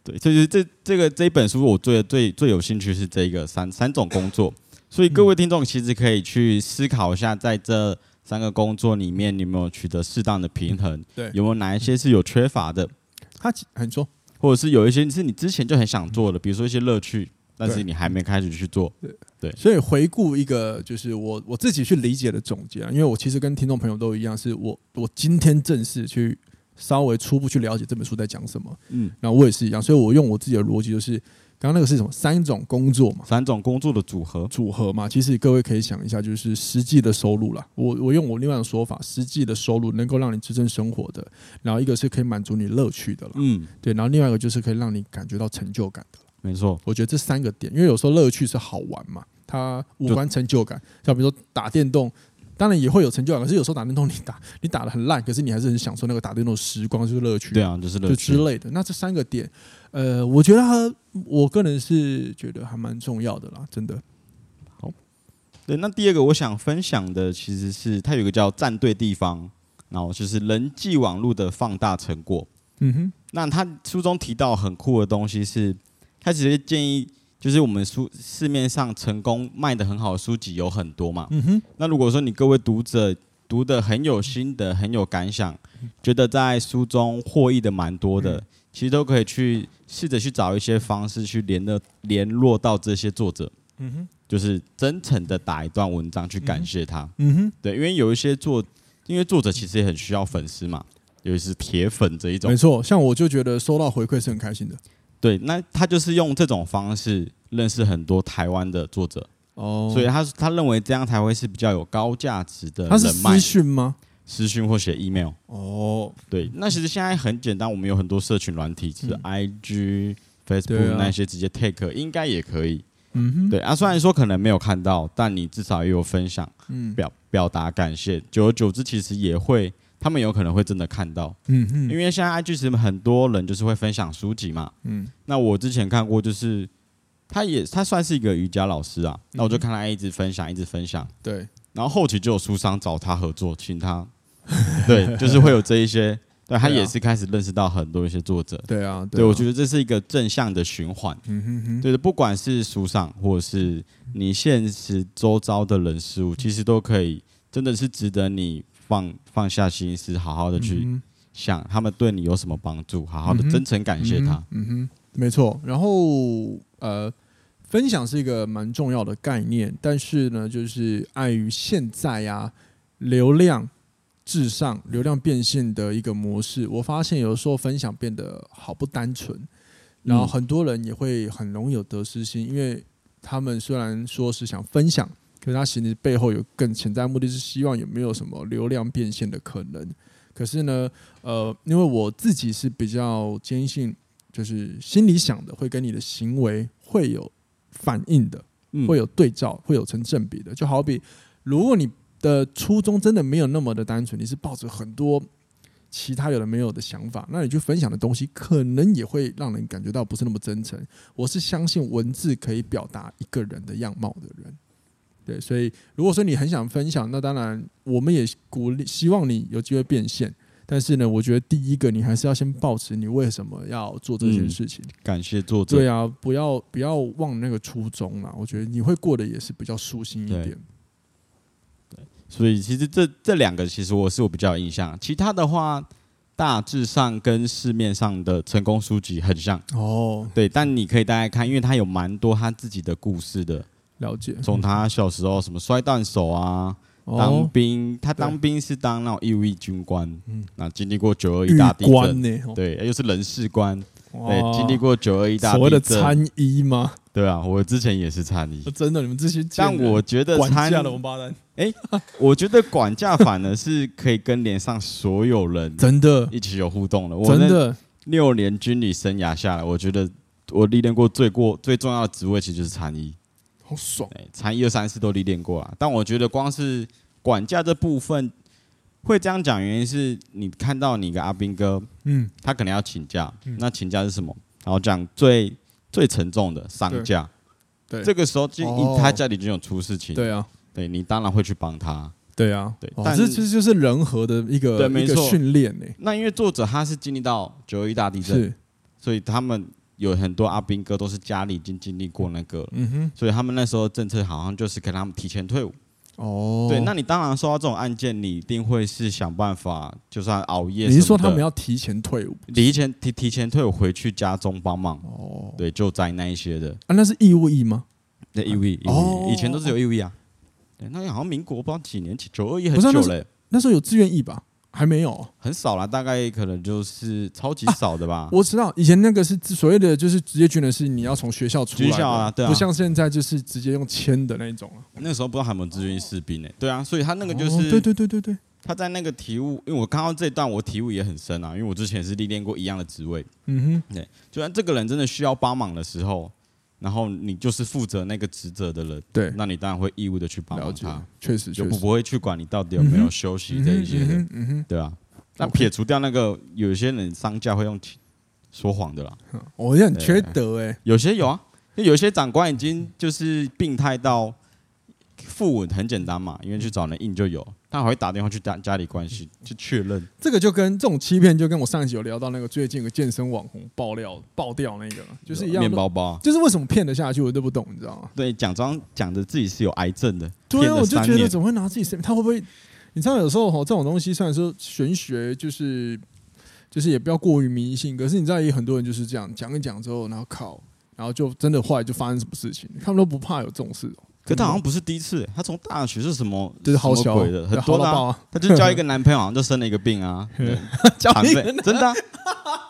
B: 对，所以这这个这一本书我最最最有兴趣是这个三三种工作，所以各
A: 嗯
B: 位听众其实可以去思考一下，在这三个工作里面，你有没有取得适当的平衡？
A: 对
B: 有没有哪一些是有缺乏的，
A: 他其哎你说，
B: 或者是有一些是你之前就很想做的，比如说一些乐趣，但是
A: 嗯对
B: 你还没开始去做。
A: 所以回顾一个就是我我自己去理解的总结啊，因为我其实跟听众朋友都一样，是我我今天正式去稍微初步去了解这本书在讲什么，
B: 嗯，
A: 然后我也是一样，所以我用我自己的逻辑，就是刚刚那个是什么三种工作嘛。
B: 三种工作的组合，
A: 组合嘛，其实各位可以想一下，就是实际的收入啦。我我用我另外的说法，实际的收入能够让你支撑生活的，然后一个是可以满足你乐趣的啦。
B: 嗯，
A: 对，然后另外一个就是可以让你感觉到成就感的。
B: 没错，
A: 我觉得这三个点，因为有时候乐趣是好玩嘛，它无关成就感，像比如说打电动，当然也会有成就感，可是有时候打电动你打你打的很烂，可是你还是很享受那个打电动的时光，就是乐趣。
B: 对啊，就是乐
A: 就
B: 趣
A: 之。类的。那这三个点，呃，我觉得它，我个人是觉得还蛮重要的啦，真的。
B: 对，那第二个我想分享的其实是它有一个叫站对地方，然后就是人际网络的放大成果。
A: 嗯哼，
B: 那他书中提到很酷的东西是，他直接建议就是我们书市面上成功卖的很好的书籍有很多嘛。
A: 嗯哼，
B: 那如果说你各位读者读的很有心得、很有感想，
A: 嗯
B: 觉得在书中获益的蛮多的，其实都可以去试着去找一些方式去联络联络到这些作者，
A: 嗯哼，
B: 就是真诚的打一段文章去感谢他。
A: 嗯哼，
B: 对，因为有一些作，因为作者其实也很需要粉丝嘛，尤其是铁粉这一种
A: 没。错。像我就觉得收到回馈是很开心的。
B: 对，那他就是用这种方式认识很多台湾的作者，
A: 哦
B: 所以他他认为这样才会是比较有高价值的
A: 它是
B: 人脉
A: 私，讯吗？
B: 私讯或写 email。
A: 哦，
B: 对，那其实现在很简单，我们有很多社群软体，就是
A: 嗯
B: IG、
A: 对
B: Facebook、
A: 啊
B: 那些直接 take 应该也可以。
A: 嗯哼，
B: 对啊，虽然说可能没有看到，但你至少也有分享，
A: 嗯
B: 表表达感谢。久而久之，其实也会他们有可能会真的看到，
A: 嗯哼，
B: 因
A: 为
B: 为现在 IG 其实很多人就是会分享书籍嘛，
A: 嗯
B: 那我之前看过，就是他也他算是一个瑜伽老师
A: 嗯
B: 啊，那我就看他一直分享，一直分享，
A: 对，
B: 然后后期就有书商找他合作，请他， [LAUGHS] 对，就是会有这一些，对他
A: 对啊
B: 也是开始认识到很多一些作者，
A: 对啊，
B: 对我觉
A: 得，
B: 得这是一个正向的循环，
A: 嗯哼哼，
B: 对的，不管是书上或者是你现实周遭的人事
A: 嗯
B: 物，其实都可以，真的是值得你放放下心思，好好的去
A: 嗯哼
B: 想他们对你有什么帮助，好好的
A: 嗯哼
B: 真诚感谢他，
A: 嗯哼，嗯哼没错。然后呃，分享是一个蛮重要的概念，但是呢，就是碍于现在啊呀、流量至上、流量变现的一个模式，我发现有时候分享变得好不单纯，然后很多人也会很容易有得失心，因为他们虽然说是想分享。可是他其实背后有更潜在目的，是希望有没有什么流量变现的可能。可是呢，呃，因为我自己是比较坚信就是心里想的会跟你的行为会有反应的，
B: 嗯
A: 会有对照，会有成正比的。就好比，如果你的初衷真的没有那么的单纯，你是抱着很多其他有的没有的想法，那你去分享的东西可能也会让人感觉到不是那么真诚。我是相信文字可以表达一个人的样貌的人。对，所以如果说你很想分享，那当然我们也鼓励，希望你有机会变现。但是呢，我觉得第一个你还是要先保持你为什么要做这件
B: 嗯
A: 事情。
B: 感谢作者。
A: 对啊，不要不要忘那个初衷啦。我觉得你会过得也是比较舒心一
B: 对
A: 点。
B: 所以其实这这两个其实我是我比较有印象，其他的话大致上跟市面上的成功书籍很像，
A: 哦，
B: 对，但你可以大概看，因为他有蛮多他自己的故事的，
A: 了解。
B: 从他小时候什么摔断手啊，当
A: 哦，
B: 兵，他
A: 对
B: 当兵是当那种义务役军官
A: 嗯，
B: 那经历过九二一
A: 玉
B: 大地
A: 官
B: 震，
A: 呢？哦
B: 对，又是人事官，
A: 哇
B: 哦对，经历过九二一大
A: 所谓的
B: 地震，
A: 参衣吗？
B: 对啊，我之前也是参一，
A: 真的，你们这些贱
B: 但
A: 人
B: 我觉得
A: 管
B: 参
A: 家的王八蛋，
B: 我觉得管教反而是可以跟连上所
A: [LAUGHS]
B: 有人
A: 真的
B: 一起有互动的。我
A: 真
B: 那
A: 的
B: 六年军旅生涯下来，我觉得我历练过最过最重要的职位其实就是参一，
A: 好爽。
B: 哎，参一二三四都历练过啊。但我觉得光是管教这部分会这样讲，原因是你看到你跟阿兵哥，
A: 嗯，
B: 他可能要请假，
A: 嗯
B: 那请假是什么？然后讲最最沉重的丧假，
A: 对
B: 这个时候就
A: 哦
B: 他家里就有出事情，
A: 对啊，
B: 对你当然会去帮他。
A: 对啊，
B: 对
A: 哦
B: 但
A: 这
B: 是
A: 这就是人和的一个
B: 对
A: 一
B: 没
A: 个
B: 错
A: 训练呢。
B: 那因为作者他是经历到九二一大地震，
A: 是，
B: 所以他们有很多阿兵哥都是家里已经经历过那个了，
A: 嗯哼，
B: 所以他们那时候政策好像就是给他们提前退伍。
A: 哦，
B: 对，那你当然收到这种案件，你一定会是想办法，就算熬夜什么的。
A: 你是说他们要提前退伍？
B: 提前提提前退伍回去家中帮忙？
A: 哦，
B: 对，救灾那一些的，
A: 啊，那是义务役吗？
B: 那义务役，义
A: 哦
B: 务役以前都是有义务役啊。啊对，那好像民国不知道几年，九二一很
A: 不是啊
B: 久
A: 那是
B: 嘞，
A: 那时候有志愿役吧？还没有哦、
B: 很少啦，大概可能就是超级少的吧。
A: 我知道以前那个是所谓的就是职业军人，是你要从学校出来的，
B: 军校啊对啊
A: 不像现在就是直接用签的那一种啊。
B: 那时候不知道还有没有志愿役士兵呢、对啊，所以他那个就
A: 哦
B: 是
A: 对对对对对，
B: 他在那个体悟，因为我看到这段，我体悟也很深啊，因为我之前也是历练过一样的职位。
A: 嗯哼，
B: 就算这个人真的需要帮忙的时候，然后你就是负责那个职责的人，
A: 对，
B: 那你当然会义务的去帮
A: 了
B: 忙
A: 解
B: 他，，
A: 确实
B: 啊就
A: 确
B: 不
A: 实。
B: 不会去管你到底有没有
A: 嗯哼
B: 休息这一些的，
A: 嗯哼嗯哼
B: 对啊。那
A: OK
B: 撇除掉那个，有些人商家会用其说谎的啦，
A: 嗯哼，我也很缺德哎、
B: 有些有啊，因为有些长官已经就是病态到父母很简单嘛，因为去找人应就有，他还会打电话去家家里关系
A: 嗯
B: 去确认。
A: 这个就跟这种欺骗，就跟我上一集有聊到那个最近有个健身网红爆料爆掉那个，就是一样
B: 面
A: 的，
B: 包包啊，
A: 就是为什么骗得下去，我都不懂，你知道吗？
B: 对，假装讲着自己是有癌症的，
A: 对
B: 骗
A: 啊，
B: 了
A: 我就
B: 三
A: 觉得
B: 年，
A: 怎么会拿自己生命？他会不会？你知道有时候吼这种东西虽然说玄学，就是就是也不要过于迷信，可是你知道也有很多人就是这样讲一讲之后，然后靠，然后就真的后来就发生什么事情，他们都不怕有这种事哦，
B: 可他好像不是第一次，他从大学是什么
A: 就是好哦
B: 什
A: 小
B: 么鬼的，很多
A: 好
B: 的
A: 到
B: 啊、
A: 爆啊，
B: 他就交一个男朋友，好像就生了一个
A: [LAUGHS]
B: 病啊，对
A: 讲
B: 残
A: 一
B: 废
A: 个，
B: 真的啊、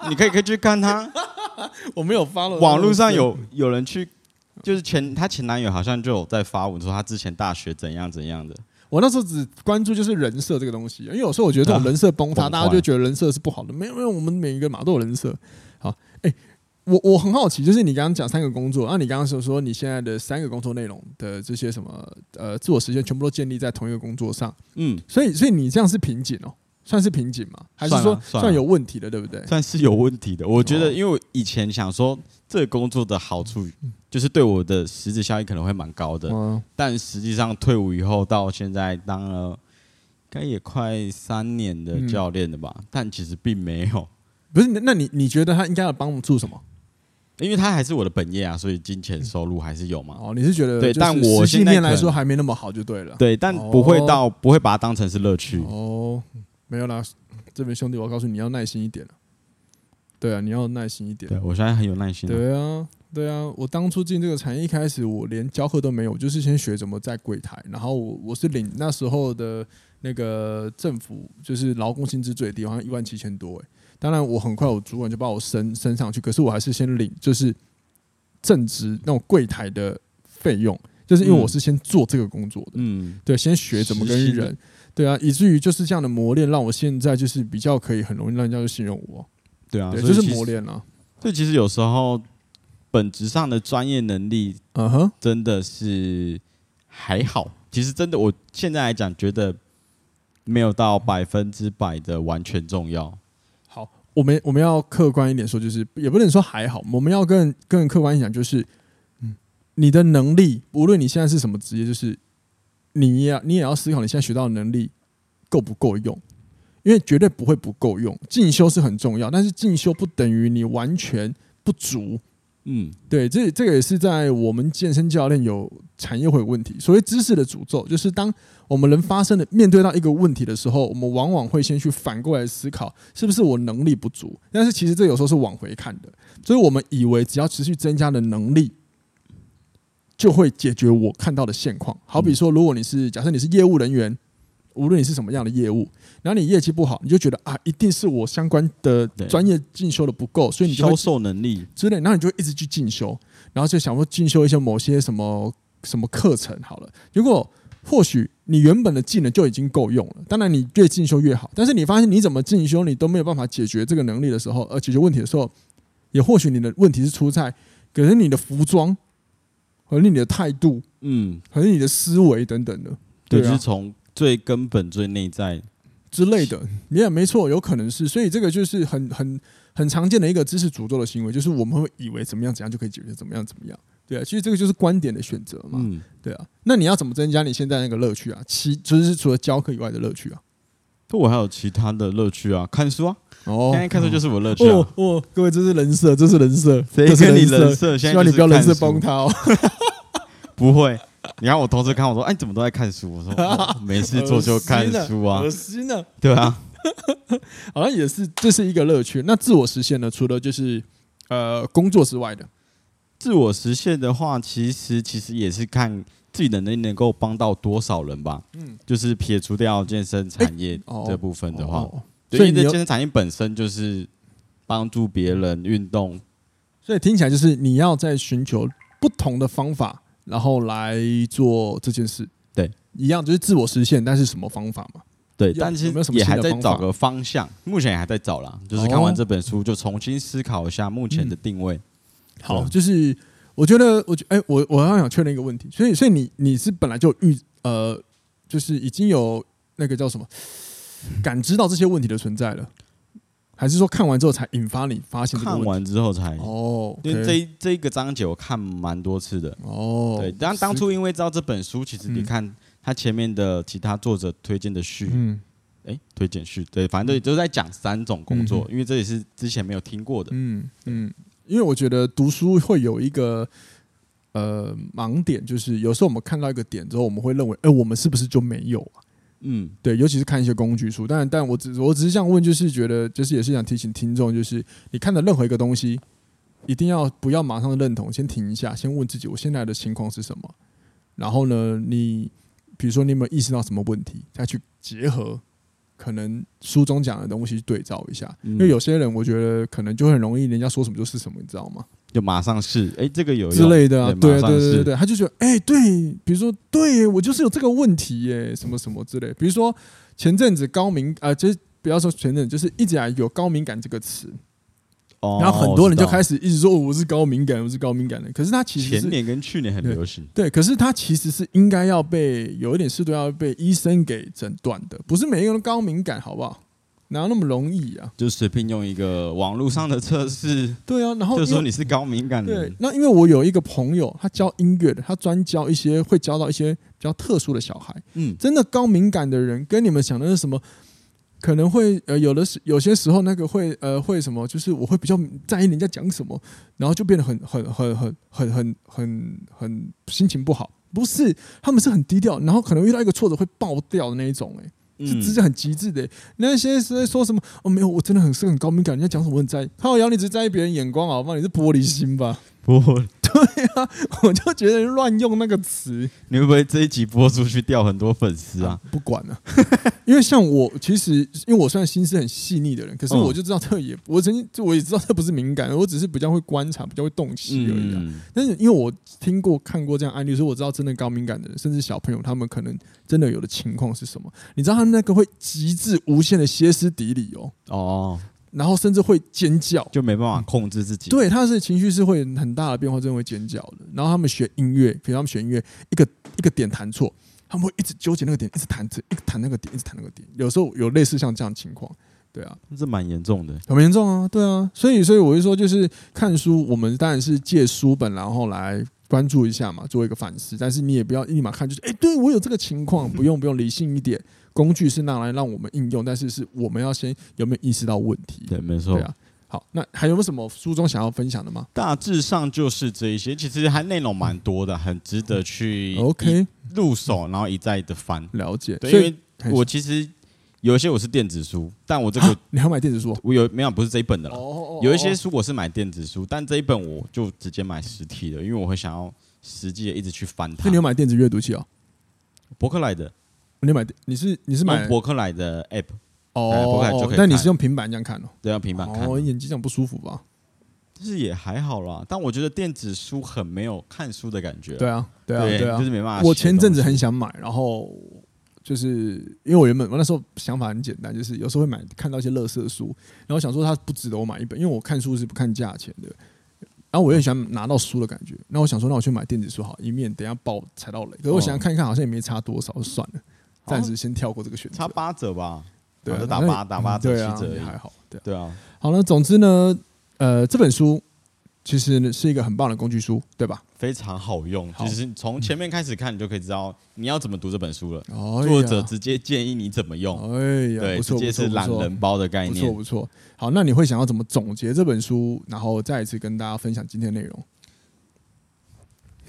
B: 你可以可以去看
A: [LAUGHS]
B: 他，
A: [LAUGHS] 我没有发了，
B: 网络上有有人去，就是前她前男友好像就有在发文说他之前大学怎样怎样的，
A: 我那时候只关注就是人设这个东西，因为有时候我觉得这种人设崩塌，
B: 崩坏
A: 大家就觉得人设是不好的。没有，没有，我们每一个嘛都有人设。好，哎、我我很好奇，就是你刚刚讲三个工作，那啊你刚刚说说你现在的三个工作内容的这些什么呃自我实现，全部都建立在同一个工作上，
B: 嗯，
A: 所以所以你这样是瓶颈哦，算是瓶颈吗？还是
B: 算啊
A: 说
B: 算啊
A: 有问题的，对不对？
B: 算是有问题的。我觉
A: 哦
B: 得，因为我以前想说这个工作的好处就是对我的实质效益可能会蛮高的，
A: 嗯，
B: 但实际上退伍以后到现在当了。应该也快三年的
A: 嗯
B: 教练了吧，但其实并没有，
A: 不是，那你你觉得他应该要帮助什么？
B: 因为他还是我的本业啊，所以金钱收入还是有嘛。
A: 哦，你是觉得
B: 对
A: 就是
B: 但我
A: 实际
B: 现在
A: 面
B: 可
A: 来
B: 能
A: 说还没那么好就对了。
B: 对，但不会到不会把它当成是乐趣。
A: 哦，没有啦，这位兄弟，我告诉你你要耐心一点了。对啊，你要耐心一点
B: 对。我现在很有耐心啊。
A: 对啊，对啊，我当初进这个产业，一开始我连教课都没有，我就是先学怎么在柜台，然后我我是领那时候的那个政府就是劳工薪资最低，好像一万七千多哎、当然，我很快我主管就把我升升上去，可是我还是先领就是正职那种柜台的费用，就是因为
B: 嗯
A: 我是先做这个工作的。
B: 嗯，
A: 对，先学怎么跟
B: 实习的
A: 人，对啊，以至于就是这样的磨练，让我现在就是比较可以很容易让人家就信任我，
B: 对啊，
A: 对，
B: 所以
A: 就是
B: 其实
A: 磨练啊，
B: 所以其实有时候本质上的专业能力
A: 嗯哼，
B: 真的是还好。其实真的，我现在来讲，觉得没有到百分之百的完全重要。
A: 好，我们我们要客观一点说，就是也不能说还好，我们要更更客观一点讲，就是，嗯，你的能力，无论你现在是什么职业，就是你也要你也要思考你现在学到的能力够不够用。因为绝对不会不够用，进修是很重要，但是进修不等于你完全不足，
B: 嗯，
A: 对，这这个也是在我们健身教练有产业会有问题。所谓知识的诅咒，就是当我们人发生的面对到一个问题的时候，我们往往会先去反过来思考，是不是我能力不足？但是其实这有时候是往回看的，所以我们以为只要持续增加的能力。就会解决我看到的现况。好比说，如果你是假设你是业务人员，无论你是什么样的业务，然后你业绩不好，你就觉得啊，一定是我相关的
B: 对
A: 专业进修的不够，所以你就会
B: 销售能力，
A: 之类，然后你就会一直去进修，然后就想说进修一些某些什么什么课程好了。结果或许你原本的技能就已经够用了，当然你越进修越好，但是你发现你怎么进修你都没有办法解决这个能力的时候，呃，解决问题的时候，也或许你的问题是出在可是你的服装，和你的态度，
B: 嗯，
A: 和你的思维等等的
B: 对，
A: 对啊
B: 就是从最根本、最内在，
A: 之类的，你也没错，有可能是，所以这个就是很很很常见的一个知识诅咒的行为，就是我们会以为怎么样怎样就可以解决，怎么样怎么样，对啊，其实这个就是观点的选择嘛，
B: 嗯，
A: 对啊，那你要怎么增加你现在那个乐趣啊？其就是除了教课以外的乐趣啊，
B: 但我还有其他的乐趣啊，看书啊，
A: 哦
B: 现在看书就是我乐趣啊
A: 哦。哦，各位这是人设，这是人设，
B: 谁
A: 这是
B: 跟你
A: 人
B: 人设现在
A: 希望你
B: 就是
A: 不要人设
B: 看书
A: 崩塌哦，
B: 不会，你看我同事看我说，哎，你怎么都在看
A: [LAUGHS]
B: 书？我说哦没事做就看书啊
A: 恶，心啊，
B: 对啊，
A: 好像也是这是一个乐趣。那自我实现呢？除了就是呃工作之外的，
B: 自我实现的话，其实其实也是看自己的能力能够帮到多少人吧。
A: 嗯
B: 嗯，就是撇除掉健身产业
A: 哦
B: 这部分的话
A: 哦，
B: 对
A: 所以
B: 因
A: 你
B: 为
A: 有
B: 健身产业本身就是帮助别人运动。
A: 所以听起来就是你要在寻求不同的方法，然后来做这件事。
B: 对，
A: 一样就是自我实现，但是什么方法嘛？
B: 对，
A: 有
B: 但其
A: 有没有什
B: 实
A: 么
B: 也
A: 新
B: 还
A: 的
B: 在
A: 方
B: 找
A: 法哦
B: 个方向，目前也还在找
A: 嗯
B: 啦。就是看完这本书，就重新思考一下目前的定位。
A: 好，
B: 对
A: 就是我觉得，我觉哎、我我要想确认一个问题，所以所以你你是本来就有预呃，就是已经有那个叫什么感知到这些问题的存在了，还是说看完之后才引发你发现这个
B: 看
A: 问题？
B: 完之后才，
A: 哦，
B: 因为
A: OK
B: 这一这一个章节我看蛮多次的。
A: 哦，
B: 对，当当初因为知道这本书，其实你
A: 嗯
B: 看它前面的其他作者推荐的序，
A: 嗯
B: 哎、推荐序，对，反正都都在讲三种工作，因为这也是之前没有听过的。
A: 嗯嗯，因为我觉得读书会有一个呃盲点，就是有时候我们看到一个点之后，我们会认为，哎、我们是不是就没有啊？
B: 嗯，
A: 对，尤其是看一些工具书。但但我只我只是想问，就是觉得就是也是想提醒听众，就是你看的任何一个东西，一定要不要马上认同，先停一下，先问自己我现在的情况是什么。然后呢，你比如说你有没有意识到什么问题，再去结合可能书中讲的东西去对照一下。
B: 嗯
A: 因为有些人我觉得可能就很容易，人家说什么就是什么，你知道吗？
B: 就马上是，哎、这个有
A: 之
B: 用
A: 类的啊，对
B: 马
A: 啊
B: 上
A: 对对
B: 是
A: 对对，他就觉得哎、对，比如说对耶我就是有这个问题耶，什么什么之类。比如说前阵子高敏啊、呃，就是不要说前阵子，就是一直以来有高敏感这个词，
B: 哦
A: 然后很多人就开
B: 始
A: 始一直说哦我是高敏感，我是高敏感的。可是他其实
B: 前
A: 是
B: 年跟去年很
A: 对
B: 流行，
A: 对，可是他其实是应该要被有一点适度要被医生给诊断的，不是每一个人都高敏感，好不好？哪有那么容易啊？
B: 就随便用一个网络上的测试，
A: 对啊，然后
B: 就
A: 因为
B: 说你是高敏感
A: 对
B: 人，，
A: 那因为我有一个朋友，他教音乐的，他专教一些会教到一些比较特殊的小孩。
B: 嗯，
A: 真的高敏感的人，跟你们想的是什么？可能会呃，有的时有些时候那个会呃会什么，就是我会比较在意人家讲什么，然后就变得很很很很很很很很心情不好。不是，他们是很低调，然后可能遇到一个挫折会爆掉的那一种、欸，
B: 嗯
A: 是直接很极致的欸、那些是在说什么？哦，没有，我真的很是很高敏感，人家讲什么我很在意。靠瑶，你只是在意别人眼光好不好？你是玻璃心吧？
B: 播，
A: 我就觉得乱用那个词
B: 你会不会这一集播出去掉很多粉丝啊？，
A: 不管了、 [LAUGHS] 因为像我，其实因为我算心思很细腻的人，可是
B: 嗯
A: 我就知道这也，我曾经就我也知道这不是敏感，我只是比较会观察，比较会洞悉而已、啊。
B: 嗯，
A: 但是因为我听过看过这样案例，所以我知道真的高敏感的人，甚至小朋友，他们可能真的有的情况是什么？你知道他们那个会极致无限的歇斯底里哦，
B: 哦，
A: 然后甚至会尖叫。
B: 就没办法控制自己，
A: 对，他是情绪是会很大的变化，真的会尖叫的。然后他们学音乐，比如他们学音乐，一个一个点弹错，他们会一直纠结那个点，一直弹这，一直弹那个点，一直弹那个点。有时候有类似像这样的情况，对啊，
B: 这蛮严重的。
A: 很严重啊，对啊。所以，所以我就说，就是看书，我们当然是借书本，然后来。关注一下嘛，做一个反思，但是你也不要立马看，就是哎、对我有这个情况，不用不用，理性一点。工具是拿来让我们应用，但是是我们要先有没有意识到问题？
B: 对，没错
A: 对，啊。好，那还有没有什么书中想要分享的吗？
B: 大致上就是这一些，其实还内容蛮多的，很值得去
A: OK，
B: 入手，然后一再的翻。
A: 了解。
B: 对，
A: 所
B: 因
A: 以
B: 为我其实有一些我是电子书，但我这
A: 啊
B: 个
A: 你还买电子书？
B: 我有没有不是这一本的啦，
A: 哦
B: 有一些书我是买电子书，但这一本我就直接买实体的，因为我会想要实际的一直去翻
A: 那
B: 它
A: 你。有买电子阅读器哦？
B: 博客来的，
A: 你有买电？你是你是买
B: 用博客来的 app 哎
A: 哦
B: 博客来就可以
A: 哦
B: 看
A: 但你是用平板这样看哦？
B: 都要平板看，
A: 哦，眼睛这样不舒服吧？
B: 其实也还好啦。但我觉得电子书很没有看书的感觉，
A: 对啊，对啊，对
B: 就
A: 啊
B: 是。没办法写东西。
A: 我前阵子很想买，然后就是因为我原本我那时候想法很简单，就是有时候会买看到一些垃圾书，然后想说它不值得我买一本，因为我看书是不看价钱的。然后我又很喜欢拿到书的感觉，那我想说，那我去买电子书好，以免等一下爆踩到雷。可是我想
B: 哦
A: 想看一看，好像也没差多少，就算了，暂时先跳过这个选择。
B: 差八折吧，
A: 对啊
B: 啊就打
A: 那
B: 八打八折
A: 对
B: 七
A: 啊，也
B: 折而
A: 还
B: 已。
A: 好。对啊，
B: 对啊，
A: 好了，总之呢，呃，这本书其实是一个很棒的工具书，对吧？
B: 非常好用，
A: 好
B: 就是从前面开始看，你就可以知道你要怎么读这本书了。
A: 哦
B: 作者直接建议你怎么用，
A: 哎呀，
B: 对，
A: 不
B: 直
A: 错，
B: 接
A: 不错，
B: 是懒
A: 不错
B: 人包的概
A: 不错
B: 念。
A: 不错。好，那你会想要怎么总结这本书，然后再一次跟大家分享今天的内容？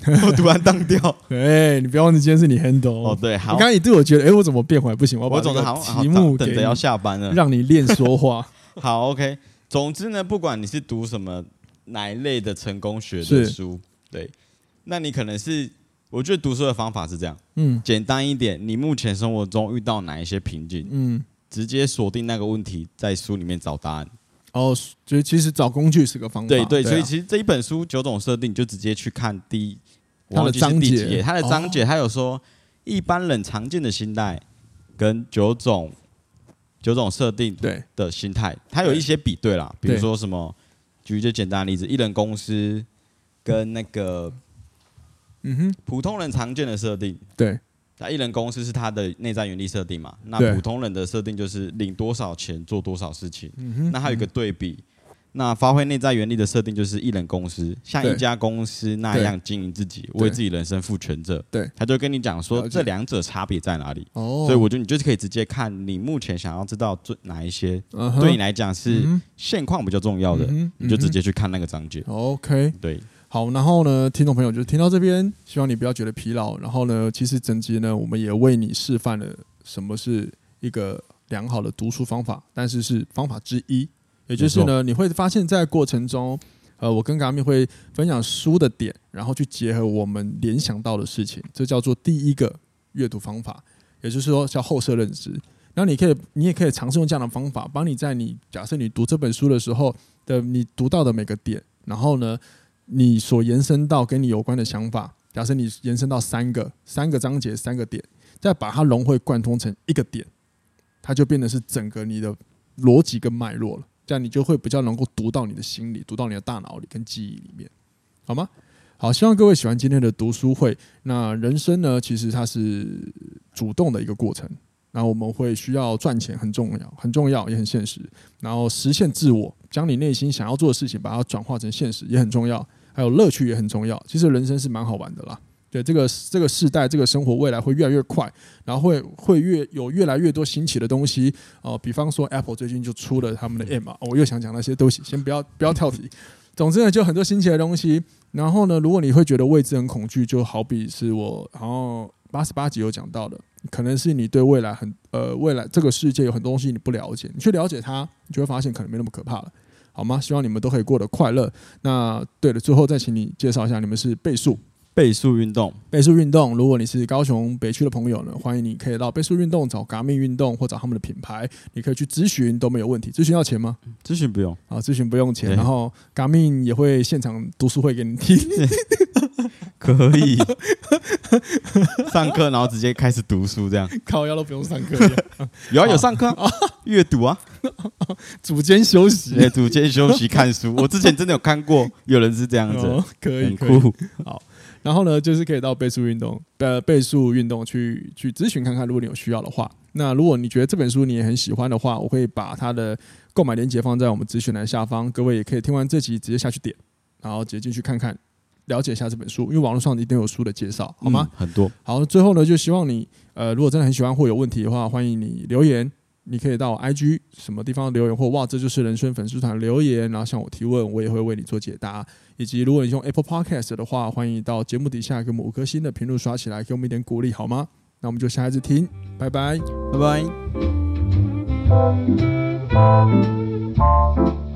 B: [LAUGHS] 我突然当掉。
A: 哎，你不要忘记今天是你 handle
B: 哦，对，好
A: 你刚，刚一度我觉得，哎，我怎么变回来不 [LAUGHS] 行？我要把
B: 我总
A: 这
B: 是
A: 个
B: 好好
A: 题目
B: 等
A: 给
B: 着要
A: 你，
B: 下班了。
A: 让你练说话。 [LAUGHS]
B: [LAUGHS] 好，OK。总之呢，不管你是读什么哪一类的成功学的
A: 是
B: 书，对，那你可能是，我觉得读书的方法是这样，
A: 嗯
B: 简单一点。你目前生活中遇到哪一些瓶颈，
A: 嗯，
B: 直接锁定那个问题，在书里面找答案。
A: 哦，就是其实找工具是个方法。
B: 对对，
A: 啊
B: 所以其实这一本书九种设定，你就直接去看第一，
A: 它的
B: 我忘记是第
A: 章
B: 几
A: 节哦
B: 页它的章节，它有说一般人常见的心态跟九种九种设定
A: 对
B: 的心态，它有一些比对啦，比
A: 对
B: 如说什么，举一些简单的例子，一人公司跟那个
A: 嗯哼，
B: 普通人常见的设定。
A: 对，
B: 那一人公司是它的内在原力设定嘛？那
A: 对
B: 普通人的设定就是领多少钱做多少事情。
A: 嗯哼，
B: 那还有一个对比，那发挥内在原力的设定就是一人公司，像
A: 对
B: 一家公司那样经营自己，
A: 对
B: 为自己人生负全责。
A: 对，
B: 他就跟你讲
A: 了
B: 说
A: 解
B: 这两者差别在哪里。
A: 哦，
B: 所以我觉得你就是可以直接看你目前想要知道最哪一些
A: 嗯哼
B: 对你来讲是
A: 嗯哼
B: 现况比较重要的
A: 嗯，哼
B: 你就直接
A: 嗯
B: 去看那个章节。
A: 哼 OK。
B: 对，
A: 好，然后呢，听众朋友就听到这边，希望你不要觉得疲劳。然后呢，其实整集呢，我们也为你示范了什么是一个良好的读书方法，但是是方法之一。也就是呢，你会发现在过程中，呃，我跟嘎米会分享书的点，然后去结合我们联想到的事情，这叫做第一个阅读方法，也就是说叫后设认知。然后你可以，你也可以尝试用这样的方法，帮你在你假设你读这本书的时候的你读到的每个点，然后呢，你所延伸到跟你有关的想法，假设你延伸到三个三个章节三个点，再把它融会贯通成一个点，它就变得是整个你的逻辑跟脉络了。这样你就会比较能够读到你的心里，读到你的大脑里跟记忆里面，好吗？好，希望各位喜欢今天的读书会。那人生呢，其实它是主动的一个过程。然后我们会需要赚钱，很重要，很重要，也很现实。然后实现自我，将你内心想要做的事情，把它转化成现实，也很重要。还有乐趣也很重要。其实人生是蛮好玩的啦。对这个这个世代，这个生活未来会越来越快，然后会会越有越来越多新奇的东西哦、比方说 Apple 最近就出了他们的 M 嘛、哦我又想讲那些东西，先不要不要跳题。总之呢，就很多新奇的东西。然后呢，如果你会觉得未知很恐惧，就好比是我，然后八十八集有讲到的，可能是你对未来很呃未来这个世界有很多东西你不了解，你去了解它，你就会发现可能没那么可怕了，好吗？希望你们都可以过得快乐。那对了，最后再请你介绍一下，你们是倍数
B: 倍数运动，
A: 倍数运动。如果你是高雄北区的朋友呢，欢迎你可以到倍数运动找 g a m i 运动或找他们的品牌，你可以去咨询都没有问题。咨询要钱吗？
B: 咨询不用，
A: 啊，咨询不用钱。
B: 对
A: 然后 g a m i 也会现场读书会给你 [LAUGHS] 听。
B: 可以
A: [LAUGHS]
B: 上课，然后直接开始读书，这样
A: 靠腰都不用上课一样， [LAUGHS]
B: 有啊，
A: 好
B: 有上课啊阅读啊，
A: 组间休
B: 直
A: 息。
B: 读间休息看书。我之前真的有看过有人是这样子
A: 哦，，可以
B: 很
A: 可以。
B: 酷。嗯
A: 然后呢，就是可以到倍速运动，呃，倍速运动去去咨询看看，如果你有需要的话。那如果你觉得这本书你也很喜欢的话，我会把它的购买链接放在我们资讯栏下方，各位也可以听完这集直接下去点，然后直接进去看看，了解一下这本书，因为网络上一定有书的介绍，好吗？
B: 嗯？很多，
A: 好，最后呢，就希望你，呃，如果真的很喜欢或有问题的话，欢迎你留言，你可以到 IG 什么地方留言，或哇，这就是人生粉丝团留言，然后向我提问，我也会为你做解答。以及如果你用 Apple Podcast 的话，欢迎你到节目底下给我们五颗星的评论刷起来，给我们一点鼓励，好吗？那我们就下一次听，拜拜。
B: 拜拜。